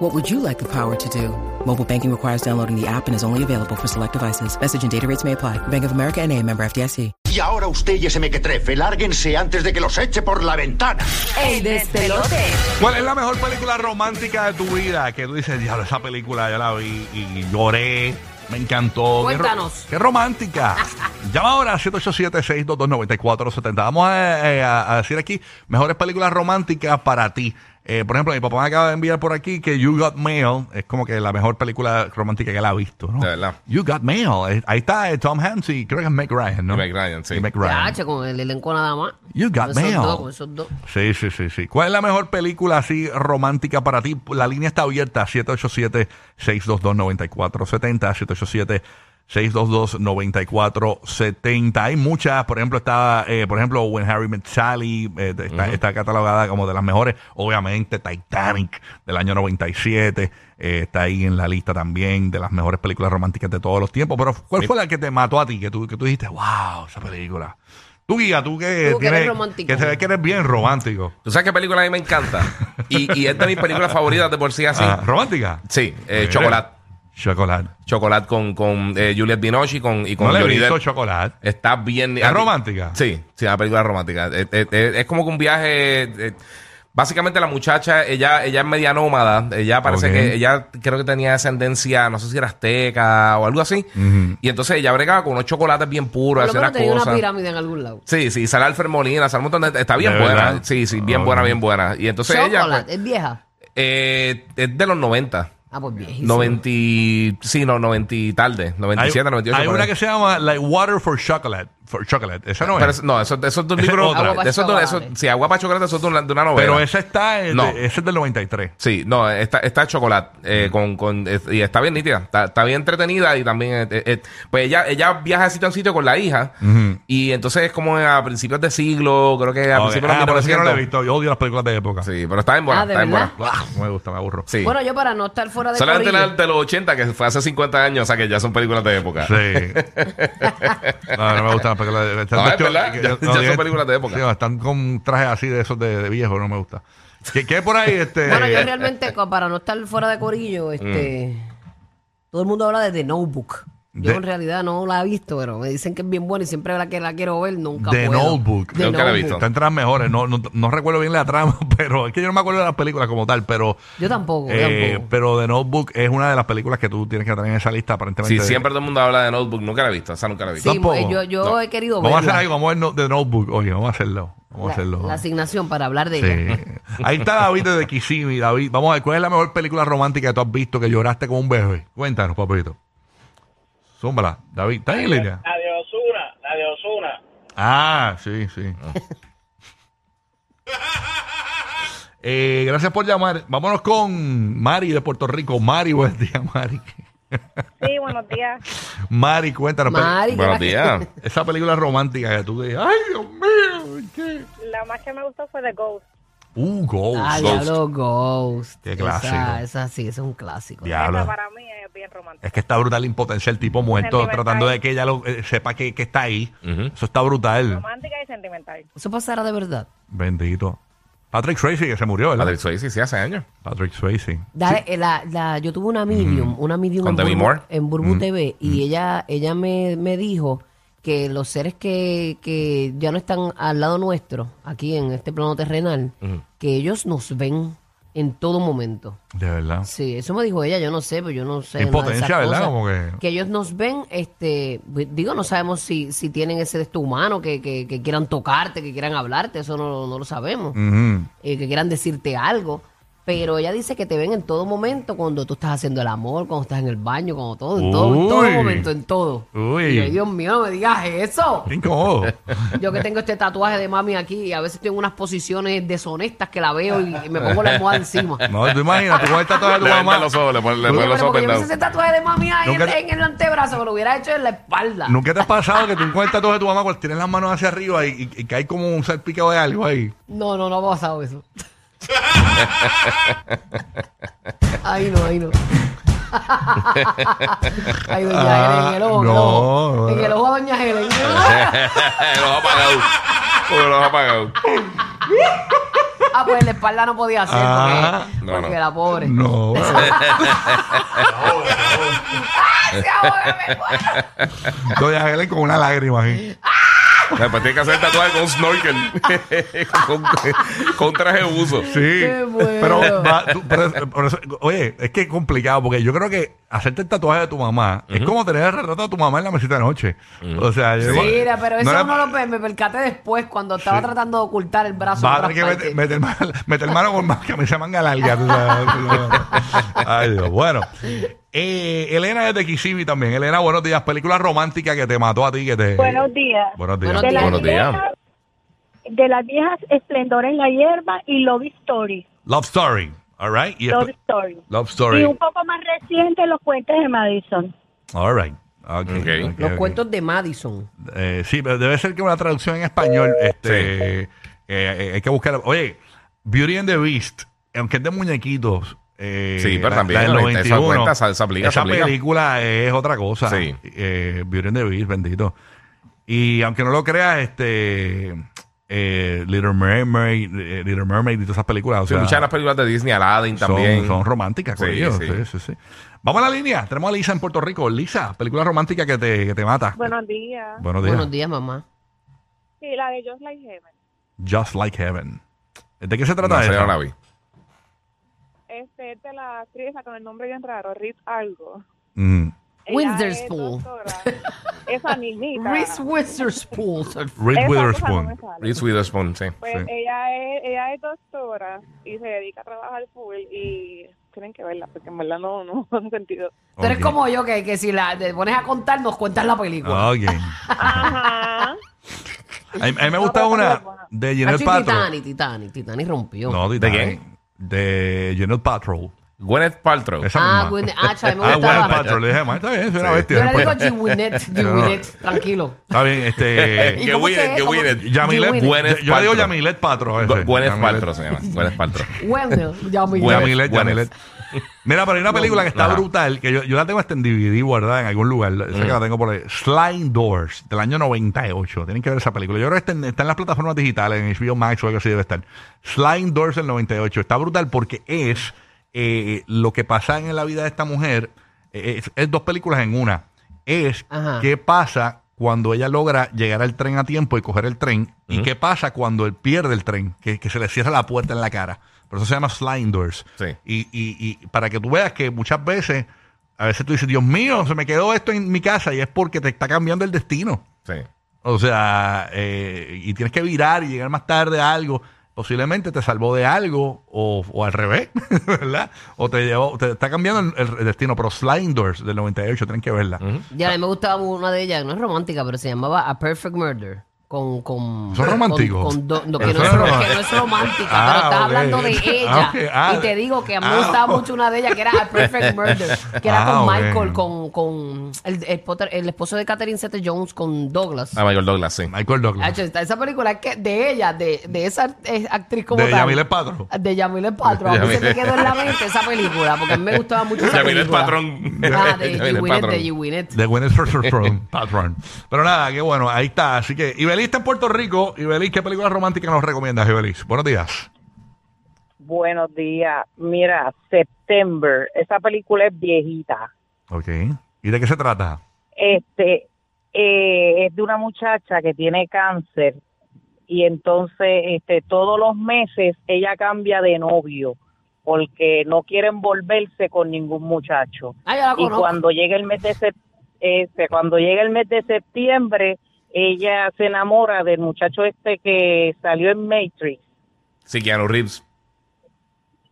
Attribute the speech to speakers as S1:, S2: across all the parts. S1: What would you like the power to do? Mobile banking requires downloading the app and is only available for select devices. Message and data rates may apply. Bank of America and a member FDIC.
S2: Y ahora usted y ese mequetrefe, lárguense antes de que los eche por la ventana.
S3: ¡Ey, despelote!
S4: ¿Cuál es la mejor película romántica de tu vida? Que tú dices, diablo, esa película yo la vi y lloré, me encantó. Qué ro-
S3: Cuéntanos.
S4: Qué, romántica. Llama ahora a 787-622-9470. Vamos a, eh, a- a decir aquí mejores películas románticas para ti. Eh, por ejemplo, mi papá me acaba de enviar por aquí que You Got Mail es como que la mejor película romántica que él ha visto, ¿no?
S5: De verdad.
S4: You Got Mail. Eh, Ahí está eh, Tom Hanks y creo que es Meg Ryan, ¿no?
S5: Meg Ryan, sí.
S4: Y Meg Ryan.
S3: Ya, che, con el elenco nada más.
S4: You got
S3: con esos
S4: mail.
S3: dos, con esos dos.
S4: Sí, sí, sí, sí. ¿Cuál es la mejor película así romántica para ti? La línea está abierta, 787-622-9470, 787-622-9470. Hay muchas, por ejemplo, está, eh, por ejemplo, When Harry Met Sally, eh, está, está catalogada como de las mejores. Obviamente, Titanic del año 97 eh, está ahí en la lista también de las mejores películas románticas de todos los tiempos. Pero, ¿cuál fue la que te mató a ti? Que tú, que tú dijiste, wow, esa película. Tú, guía, tú que,
S3: Tú que eres
S4: tienes-
S3: romántico.
S4: que se ve que eres bien romántico.
S5: ¿Tú sabes qué película a mí me encanta? Y, y es de mis películas favoritas de por sí así.
S4: Ah, ¿Romántica?
S5: Sí, eh,
S4: Mira.
S5: Chocolate.
S4: Chocolate.
S5: Chocolate con, con eh, Juliette Binoche y con, y con
S4: no le he
S5: Johnny
S4: visto
S5: Depp.
S4: chocolate.
S5: Está bien.
S4: ¿Es romántica?
S5: Sí, sí, una película romántica. Eh, eh, eh, es como que un viaje. eh, básicamente la muchacha, ella, ella es media nómada. Ella parece
S4: Ok.
S5: que ella creo que tenía ascendencia, no sé si era azteca o algo así. Y entonces ella bregaba con unos chocolates bien puros,
S3: Por lo
S5: hacía
S3: menos tenía
S5: las
S3: una
S5: cosas.
S3: pirámide en algún lado.
S5: Sí, sí, sale Alfred Molina, sale un montón de- Está bien
S4: ¿De
S5: buena.
S4: verdad?
S5: Sí, sí, bien
S4: Ah,
S5: buena,
S4: bueno.
S5: bien buena. Y entonces ella.
S3: Chocolate,
S5: pues,
S3: es vieja.
S5: eh, es de los 90.
S3: Ah, pues viejísima.
S5: 90, y- sí, no, 90 y tarde, 97,
S4: hay
S5: 98.
S4: hay
S5: por
S4: una
S5: ahí.
S4: que se llama like, Water for Chocolate. For chocolate. Esa no
S5: Pero
S4: es.
S5: es- no, eso, eso es de un
S4: Esa es
S5: libro.
S4: otra. Agua
S3: pa'
S5: eso es de- eso-
S3: chocolate.
S5: sí, agua para chocolate, eso es de una, de una novela.
S4: Pero esa está. eh,
S5: No.
S4: de- esa es del 93.
S5: Sí, no, está, está chocolate. eh,
S4: Mm.
S5: con, con, es- y está bien nítida. Está, está bien entretenida y también. eh, eh, eh, pues ella, ella viaja de sitio a sitio con la hija. Y entonces es como a principios de siglo, creo que a
S4: Ok.
S5: principios de
S4: Ah,
S5: los
S4: por eso yo no la he
S5: 1900.
S4: visto. Yo odio las películas de época.
S5: Sí, pero está bien buena.
S3: Ah, ¿de
S5: está bien
S3: verdad?
S5: buena.
S4: Ah, no me gusta, me aburro.
S5: Sí.
S3: Bueno, yo para no estar fuera de
S5: Solamente la
S3: corillo.
S5: de los 80, que fue hace 50 años, o sea que ya son películas de época.
S4: Sí. no, no me gustan las películas de
S5: No, es verdad, ya- ya son películas de época.
S4: Sí, no, están con trajes así de esos de, de viejo, no me gusta. ¿Qué, qué hay por ahí? Este,
S3: Bueno, yo realmente, co- para no estar fuera de
S4: Mm.
S3: corillo, este... Todo el mundo habla de The Notebook. Yo
S4: De-
S3: en realidad no la he visto, pero me dicen que es bien buena y siempre la que la quiero ver, nunca
S4: The
S3: puedo.
S4: Notebook.
S3: The
S5: Nunca la he
S3: Notebook.
S5: visto.
S4: Está entre las mejores. No, no, no recuerdo bien la trama, pero es que yo no me acuerdo de las películas como tal, pero.
S3: Yo tampoco, yo
S4: eh,
S3: tampoco.
S4: pero The Notebook es una de las películas que tú tienes que tener en esa lista, aparentemente.
S5: Sí, siempre todo el mundo habla de Notebook. Nunca la he visto. Esa nunca la he
S3: Sí,
S5: visto.
S4: Tampoco.
S3: eh, yo, yo
S5: No.
S3: he querido
S4: Vamos a hacer
S3: verla.
S4: algo, vamos a ver no- The Notebook. Oye, vamos a hacerlo. Vamos a
S3: La,
S4: hacerlo.
S3: la asignación para hablar de ella.
S4: Sí. Ahí está David de Kissimi. David, vamos a ver, ¿cuál es la mejor película romántica que tú has visto que lloraste con un bebé? Cuéntanos, papito. Zúmbala, David, ¿estás en línea?
S6: La de Osuna, la de Osuna.
S4: Ah, sí, sí. Eh, gracias por llamar. Vámonos con Mari de Puerto Rico. Mari, buen día, Mari.
S7: Sí, buenos días.
S4: Mari, cuéntanos. pe-
S3: Mari,
S5: Buenos
S3: que-
S5: días.
S4: Esa película romántica que tú dices, ay, Dios mío, ¿qué?
S7: La más que me gustó fue The Ghost.
S4: Uh, Ghost.
S3: Ah,
S5: Ghost.
S3: diablo, Ghost.
S4: Qué
S3: Esa-
S4: clásico.
S3: Esa, sí, ese es un clásico.
S4: Diablo.
S7: Esa para mí es bien romántica.
S4: Es que está brutal la impotencia el tipo muerto,
S7: Sentimental.
S4: tratando de que ella lo, eh, sepa que, que está ahí.
S5: Ujú.
S4: Eso está brutal.
S7: Romántica y sentimental.
S3: Eso pasará de verdad.
S4: Bendito. Patrick Swayze, que se murió, ¿verdad?
S5: Patrick Swayze, sí, hace años.
S4: Patrick Swayze.
S3: Dale, eh, la, la- yo tuve una medium, una medium
S5: Con
S3: en
S5: Demi
S3: Burbu,
S5: Moore.
S3: en Burbu TV y ella, ella me, me dijo que los seres que, que ya no están al lado nuestro, aquí en este plano terrenal, que ellos nos ven en todo momento.
S4: De verdad.
S3: Sí, eso me dijo ella, yo no sé, pero yo no sé.
S4: Qué
S3: nada de
S4: impotencia,
S3: esas
S4: ¿verdad?
S3: cosas.
S4: Como que-
S3: ellos nos ven, este, digo, no sabemos si, si tienen ese gesto humano, que, que, que quieran tocarte, que quieran hablarte, eso no, no lo sabemos,
S4: Ujú.
S3: eh, que quieran decirte algo. Pero ella dice que te ven en todo momento, cuando tú estás haciendo el amor, cuando estás en el baño, cuando todo, en todo, en todo
S4: Uy.
S3: momento, en todo.
S4: Uy.
S3: Y yo, Dios mío, no me digas eso.
S4: Qué incómodo.
S3: Yo que tengo este tatuaje de mami aquí y a veces tengo unas posiciones deshonestas que la veo y me pongo la almohada encima.
S4: No, tú imaginas, tú vas a estar toda tu
S5: Le
S4: mamá.
S5: venda los ojos, le pon- le
S3: Oye,
S5: pon los
S3: pero
S5: ojos
S3: porque yo me hice
S5: vendados.
S3: ese tatuaje de mami ahí en,
S4: Nunca te-
S3: en el antebrazo, me lo hubiera hecho en la espalda.
S4: ¿Nunca te ha pasado que tú encuentras todo de tu mamá cuando tienes las manos hacia arriba y, y- y que hay como un salpicado de algo ahí?
S3: No, no, no ha pasado eso. Ay, no, ay, no. Ay, doña Helen, en el ojo. en el
S4: Ah,
S3: ojo.
S4: no.
S3: En el ojo a doña Helen.
S5: los apagados. Los apagados.
S3: Ah, pues en la espalda no podía hacer
S4: Ah,
S3: porque,
S5: no,
S3: porque
S5: no.
S3: la pobre.
S4: No.
S3: ¡Ay, se ahoga, me muero!
S4: Doña Helen con una lágrima ahí.
S5: Después tienes que hacer tatuaje con un snorkel. con, con traje buzo.
S4: Sí.
S3: Qué bueno.
S4: Pero, va- tú- pero- pero eso- oye, es que es complicado porque yo creo que hacerte el tatuaje de tu mamá es como tener el retrato de tu mamá en la mesita de noche. O sea, yo-
S3: Mira, pero
S4: no
S3: eso
S4: era-
S3: uno lo pe- me percaté después cuando estaba tratando de ocultar el brazo.
S4: Va a
S3: en
S4: tener que
S3: otras partes.
S4: meter, meter, mano- meter mano con más camisa manga larga. tú sabes. Ay, Dios. Bueno, eh, Elena es de Kissimmee también. Elena, buenos días. Película romántica que te mató a ti. Que te...
S8: Buenos días.
S4: Buenos días.
S3: Buenos días.
S5: Buenos días.
S8: viejas- de las viejas Esplendor en la Hierba y Love Story.
S4: Love Story. All right. Y
S8: Love
S4: esto-
S8: Story.
S4: Love Story.
S8: Y un poco más reciente, Los Puentes de Madison.
S4: All right. Ok,
S5: Ok.
S4: ok,
S3: Los
S4: ok.
S3: cuentos de Madison.
S4: Eh, sí, pero debe ser que una traducción en español. Este, eh, eh, hay que buscar. Oye, Beauty and the Beast, aunque es de muñequitos. eh,
S5: Sí, pero también,
S4: del
S5: ¿no? Esa cuenta, esa- esa aplica,
S4: esa
S5: esa aplica.
S4: película es otra cosa.
S5: Sí.
S4: Eh, Beauty and the Beast, bendito. Y aunque no lo creas, este. eh, Little Mermaid, eh, Little Mermaid y todas esas películas. O
S5: Sí,
S4: sea,
S5: muchas de las películas de Disney, Aladdin
S4: son-
S5: también.
S4: Son, románticas,
S5: Sí,
S4: corillo.
S5: sí.
S4: Sí, sí, sí. Vamos a la línea. Tenemos a Lisa en Puerto Rico. Lisa, película romántica que te, que te mata.
S7: Buenos días.
S4: Buenos días.
S3: Buenos días, mamá.
S7: Sí, la de Just Like Heaven.
S4: Just Like Heaven. ¿De qué se
S5: No,
S4: trata
S5: esa yo
S4: esa?
S5: no la vi.
S7: Este es de la actriz esa con el nombre bien raro, Reed algo.
S4: Mm.
S7: Ella
S3: Winterspool.
S7: es doctora. Esa mismita.
S3: Reese Witherspool.
S4: Reed
S7: Esa cosa no me
S4: Witherspoon.
S7: sale.
S5: Reese Witherspoon, sí.
S7: Pues
S4: Sí.
S7: ella, es, ella es doctora y se dedica a trabajar full y tienen que verla porque en verdad no, no, no han sentido.
S3: Tú eres
S4: Ok.
S3: como yo, que, que si la te pones a contar, nos cuentas la película.
S4: Ok.
S7: Ajá.
S4: A mí, a mí me gusta una de General
S3: Hacho, y
S4: Patrol.
S3: Titanic, Titanic, Titanic rompió.
S4: No,
S5: ¿De
S4: Titanic. De General Patrol.
S5: Gwyneth Paltrow.
S4: Esa
S3: ah,
S4: misma.
S3: Gwyneth- ah, chaval, me
S4: Ah, pues,
S3: gustaba.
S4: General Patrol. Le dije, "Ma, está bien, es una
S5: Sí.
S4: bestia.
S3: yo le
S4: Después-
S3: digo Gwyneth, Gwyneth, tranquilo.
S4: Está bien, este...
S5: Eh,
S3: ¿Y cómo es que es? ¿Cómo-
S4: Yamilet.
S5: Gwyneth
S4: Yo le digo
S5: Paltrow.
S4: Yamilet Patrol.
S5: Gu-
S4: ese.
S5: Gwyneth
S4: Yamilet-
S5: Paltrow se llama. Gwyneth Paltrow.
S3: Gwyneth, ya me
S5: Gwyneth.
S4: Yamilet, Yamilet. Mira, pero hay una película que está
S5: Ajá.
S4: brutal, que yo, yo la tengo hasta en DVD guardada en algún lugar. Esa que la tengo por ahí. Sliding Doors, del año 98. Tienen que ver esa película. Yo creo que está en, está en las plataformas digitales, en HBO Max o algo así debe estar. Sliding Doors del 98. Está brutal porque es eh, lo que pasa en la vida de esta mujer. eh, es, es dos películas en una. Es
S3: Ajá.
S4: qué pasa cuando ella logra llegar al tren a tiempo y coger el tren. Y qué pasa cuando él pierde el tren, que, que se le cierra la puerta en la cara. Por eso se llama Sliding Doors.
S5: Sí.
S4: Y, y, y para que tú veas que muchas veces, a veces tú dices, Dios mío, se me quedó esto en mi casa y es porque te está cambiando el destino.
S5: Sí.
S4: O sea, eh, y tienes que virar y llegar más tarde a algo. Posiblemente te salvó de algo o, o al revés, ¿verdad? O te llevó, te está cambiando el, el destino. Pero Sliding Doors del 98, tienen que verla.
S3: Ya, a mí me gustaba una de ellas, no es romántica, pero se llamaba A Perfect Murder. Con, con,
S4: ¿Son románticos?
S3: con- con do- no, que, no
S4: Eso
S3: es,
S4: es
S3: ro-
S4: romántico.
S3: que no es romántica,
S4: Ah,
S3: pero estás
S4: ok.
S3: hablando de ella.
S4: Ah, ok. Ah,
S3: y te digo que a mí
S4: ah,
S3: me gustaba
S4: ok.
S3: mucho una de ellas, que era A Perfect Murder, que era
S4: Ah,
S3: con
S4: ok.
S3: Michael, con, con el, el Potter- el esposo de Catherine Zeta-Jones, con Douglas.
S5: Ah, Michael Douglas, sí.
S4: Michael Douglas.
S3: Hacho, está esa película que de ella, de, de esa eh, actriz como
S4: De
S3: tal.
S4: Yamile Patro.
S3: De Yamile Patro. A mí se me
S5: Yamile.
S3: quedó en la mente esa película, porque a mí me gustaba mucho esa
S5: Yamilet
S3: película.
S5: Patrón.
S3: Ah, de
S5: Yamilet
S3: G-Winnet,
S5: Patrón.
S3: de G-Winnet.
S4: De Gwyneth Paltrow- Paltrow. Pero nada, qué bueno, ahí está. Así que, Ibelis está en Puerto Rico. Ibelis, ¿qué película romántica nos recomiendas, Ibelis? Buenos días.
S8: Buenos días. Mira, September. Esa película es viejita.
S4: Ok. ¿Y de qué se trata?
S8: Este eh, es de una muchacha que tiene cáncer y entonces este todos los meses ella cambia de novio porque no quiere envolverse con ningún muchacho.
S3: Ah, yo la
S8: y
S3: conozco.
S8: cuando llega el mes de sep- este, cuando llega el mes de septiembre ella se enamora del muchacho este que salió en Matrix
S5: Sí, Keanu Reeves.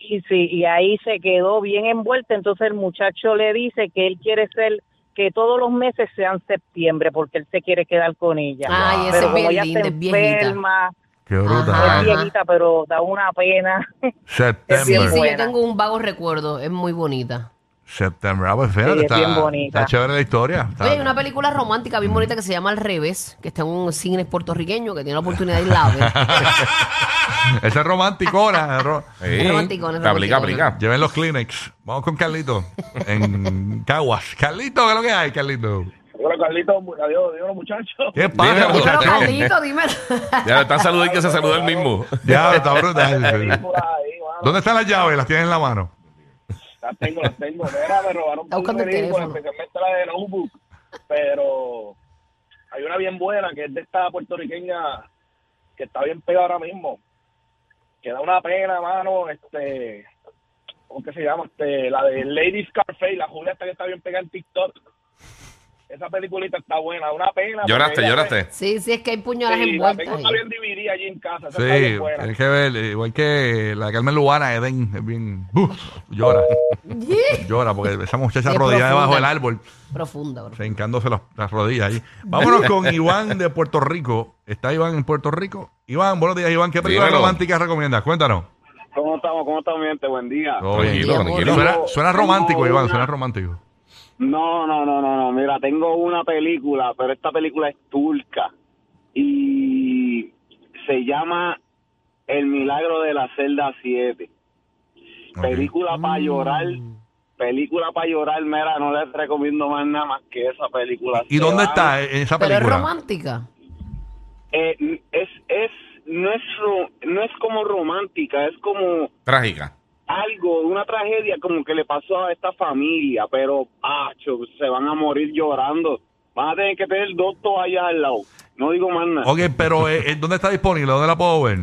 S8: Y sí, y ahí se quedó bien envuelta. Entonces el muchacho le dice que él quiere ser que todos los meses sean septiembre porque él se quiere quedar con ella.
S3: Ay, ese es
S8: pero como
S3: bien
S8: ella
S3: lindo,
S8: se
S3: es viejita.
S8: enferma,
S4: Qué
S3: Ajá.
S8: es
S4: brutal.
S8: viejita, pero da una pena.
S3: Sí,
S4: September.
S3: sí, yo
S8: Buena.
S3: tengo un vago recuerdo, es muy bonita.
S4: September. Ah, pues fíjate,
S8: Sí, es
S4: está,
S8: bien bonita.
S4: está chévere la historia. Está-
S3: Oye, hay una película romántica bien bonita que se llama Al Revés, que está en un cine puertorriqueño que tiene la oportunidad de ir a ver.
S4: Esa es romanticona. es ro-
S5: Sí.
S3: romanticón, es
S5: Aplica,
S3: romanticón.
S5: aplica.
S4: Lleven los Kleenex. Vamos con Carlito. En Caguas. Carlito, ¿qué es lo que hay, Carlito?
S6: Bueno, Carlito, adiós, adiós, muchachos.
S4: ¿Qué pasa,
S5: Dímelo,
S4: muchacho?
S3: Pero Carlito, dímelo.
S5: Ya está saludando y que se saluda el mismo.
S4: Ya, está brutal.
S6: Por ahí, mano.
S4: ¿Dónde están las llaves? ¿Las tienes en la mano?
S6: Las tengo, las tengo. Mira, me robaron
S3: Está buscando
S6: un
S3: el
S6: película,
S3: teléfono.
S6: especialmente la de Notebook. Pero hay una bien buena que es de esta puertorriqueña que está bien pegada ahora mismo. Que da una pena, mano, este... ¿Cómo que se llama? Este, la de Lady Scarface, la Julia esta que está bien pegada en TikTok. Esa peliculita está buena, una pena.
S5: Lloraste,
S6: porque ella-
S5: lloraste.
S3: Sí, sí, es que hay puñalas
S6: Sí, la
S3: envueltas.
S6: tengo
S3: ahí.
S6: está bien dividida allí en casa. Esa
S4: Sí,
S6: está bien buena.
S4: tienes que ver. Igual que la Carmen Lubana, Eden, es bien. ¡Buf! llora,
S3: Yeah.
S4: llora, porque esa muchacha
S3: Qué
S4: rodeada debajo
S3: profunda.
S4: del árbol,
S3: Profunda, bro.
S4: se hincándose las, las rodillas ahí. Vámonos con Iván de Puerto Rico. ¿Está Iván en Puerto Rico? Iván, buenos días, Iván. ¿Qué película
S5: Dímelo.
S4: romántica recomiendas? Cuéntanos.
S6: ¿Cómo estamos? ¿Cómo estamos, mi gente? Buen día.
S4: Todo bien.
S5: Ah, Tranquilo, tranquilo.
S4: Suena, suena romántico,
S6: Tengo
S4: Iván,
S6: una-
S4: suena romántico.
S6: No, no, no, no, no. Mira, tengo una película, pero esta película es turca. Y se llama El milagro de la celda 7.
S4: Ok.
S6: Película para llorar. Película para llorar, mira, no les recomiendo más nada más que esa película.
S4: ¿Y
S6: Se
S4: dónde
S6: van-
S4: está eh, esa
S3: Pero es
S4: película?
S3: romántica.
S6: Eh, es, es, no es, ro- no es como romántica, es como
S5: Trágica.
S6: algo, una tragedia como que le pasó a esta familia, pero acho, se van a morir llorando. Van a tener que tener dos toallas al lado. No digo más nada.
S4: Ok, pero eh, eh, ¿dónde está disponible? ¿Dónde la puedo ver?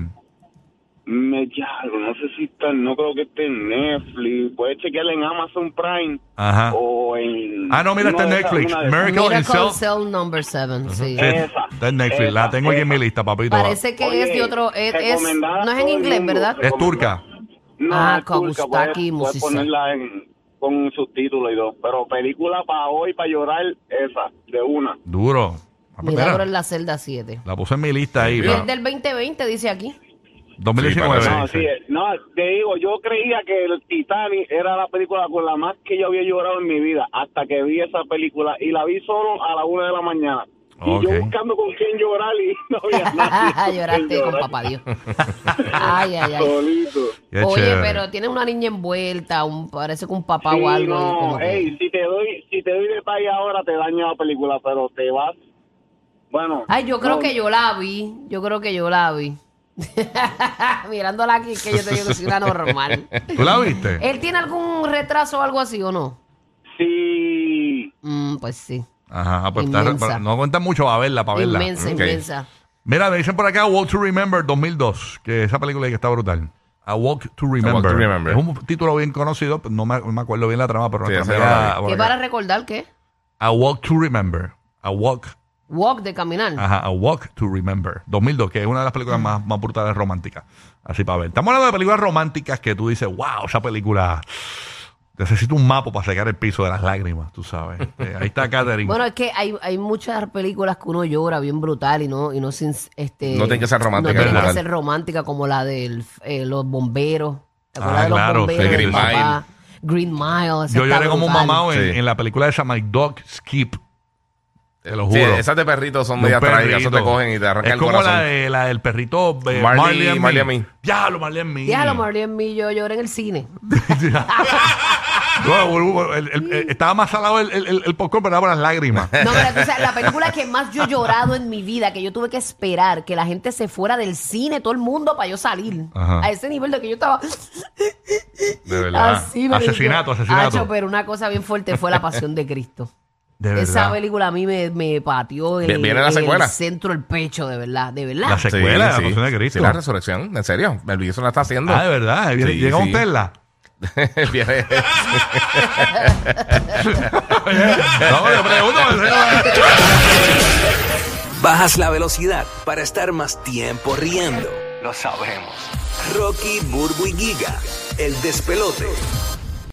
S6: Me llamo, no sé si está, no creo que esté en Netflix. Puedes chequearla en Amazon Prime
S4: Ajá.
S6: o en.
S4: Ah, no, mira, está en
S6: una de esas-
S4: Netflix.
S6: una de esas.
S4: Miracle in
S3: Miracle
S4: Cell.
S3: Cell Number 7, sí.
S4: Sí,
S6: Esa,
S4: está en Netflix. La
S6: esa,
S4: tengo aquí en
S6: esa.
S4: mi lista, papito.
S3: Parece que
S6: Oye,
S3: es de otro... Es, es-
S6: recomendada
S3: no es
S6: a
S3: en
S6: todo el
S3: inglés,
S6: mundo.
S3: ¿verdad?
S4: Es turca.
S6: No,
S3: Ah,
S6: es turca, puedes-
S3: Kawasaki
S6: puedes
S3: Musisa.
S6: ponerla en- con subtítulos y dos. Pero película para hoy, para llorar, esa, de una.
S4: Duro. Ah, pues,
S3: Milagro
S4: mira,
S3: en la celda 7.
S4: La puse en mi lista ahí.
S3: Y
S4: para-
S3: es del 2020, dice aquí.
S5: Sí,
S6: No,
S4: 2019.
S6: sí, eh, no, te digo, yo creía que el Titanic era la película con la más que yo había llorado en mi vida, hasta que vi esa película y la vi solo a la una de la mañana. Y
S4: Ok.
S6: yo buscando con quién llorar y no había nadie.
S3: Lloraste con
S6: Llorar
S3: papá Dios. Ay, ay, ay.
S6: Solito.
S4: Qué
S3: Oye,
S4: chévere.
S3: pero tiene una niña envuelta, un, parece que un papá
S6: Sí,
S3: o algo. y como
S6: no,
S3: que-
S6: ey, si te doy, si te doy detalle ahora te daña la película, pero te vas. Bueno.
S3: Ay, yo creo
S6: no,
S3: que yo la vi. Yo creo que yo la vi. Mirándola aquí, que yo te digo que soy una normal.
S4: ¿Tú la viste?
S3: ¿Él tiene algún retraso o algo así o no?
S6: Sí.
S3: Mm, pues sí.
S4: Ajá, pues está-
S3: Inmensa.
S4: pero no cuenta mucho a verla, para verla.
S3: Inmensa,
S5: Ok.
S3: inmensa.
S4: Mira, me dicen por acá Walk to Remember 2002, que esa película que está brutal. A Walk to Remember.
S5: to Remember.
S4: Es un título bien conocido, pero no me, no me acuerdo bien la trama, pero
S5: Sí,
S4: la
S5: esa
S4: trama
S5: era
S4: era
S5: la
S4: por
S3: ¿Qué
S4: acá.
S3: para recordar qué?
S4: A Walk to Remember. A Walk
S3: Walk de caminar.
S4: Ajá, A Walk to Remember, 2002, que es una de las películas más, más brutales románticas. Así para ver. Estamos hablando de películas románticas que tú dices, wow, esa película. Necesito un mapa para sacar el piso de las lágrimas, tú sabes. Eh, ahí está Katherine.
S3: Bueno, es que hay, hay muchas películas que uno llora bien brutal y no y no sin, este
S5: No tiene que ser romántica,
S3: No tiene
S5: ¿verdad?
S3: que ser romántica como la de los bomberos. ¿Te acuerdas
S4: Ah,
S3: de los
S4: claro,
S3: bomberos?
S4: sí,
S3: del
S5: Green
S3: papá? Green Mile. esa
S4: Yo
S3: está
S4: lloré como un
S3: brutal.
S4: mamado en,
S5: Sí.
S4: en la película de esa My Dog Skip. Te lo
S5: Sí,
S4: juro.
S5: esas de perritos son
S4: De
S5: medias
S4: un perrito.
S5: trágicas. Eso te cogen y te arrancan
S4: Es
S5: el
S4: como la,
S5: corazón.
S4: de, la del perrito eh,
S5: Marley-
S4: Marley, and
S5: Marley and
S4: Me.
S5: Me.
S4: Diablo, Marley and Me.
S3: Diablo, María en mí, yo lloré en el cine.
S4: Wow, el- el- el- estaba más salado el, el, el- el popcorn, pero era por las lágrimas.
S3: No, pero tú sabes, la película que más yo he llorado en mi vida, que yo tuve que esperar que la gente se fuera del cine, todo el mundo, para yo salir.
S4: Ajá.
S3: A ese nivel de que yo estaba
S4: De verdad.
S3: así. marico.
S4: asesinato, asesinato.
S3: Hacho, pero una cosa bien fuerte fue La Pasión de Cristo.
S4: de verdad.
S3: Esa película a mí me, me pateó en,
S5: Vi- viene la
S3: en
S5: secuela.
S3: el centro del pecho, de verdad, de verdad.
S4: La secuela de la
S5: Sí,
S4: pasión
S5: sí.
S4: de Cristo.
S5: Sí, la resurrección, en serio. El Villoso la está haciendo.
S4: ah, de verdad. Viene-
S5: Sí,
S4: Llega
S5: sí.
S4: un Tesla.
S5: Viene-
S4: no, yo pregunto. pero-
S9: Bajas la velocidad para estar más tiempo riendo. Lo sabemos. Rocky, Burbu y Giga El despelote.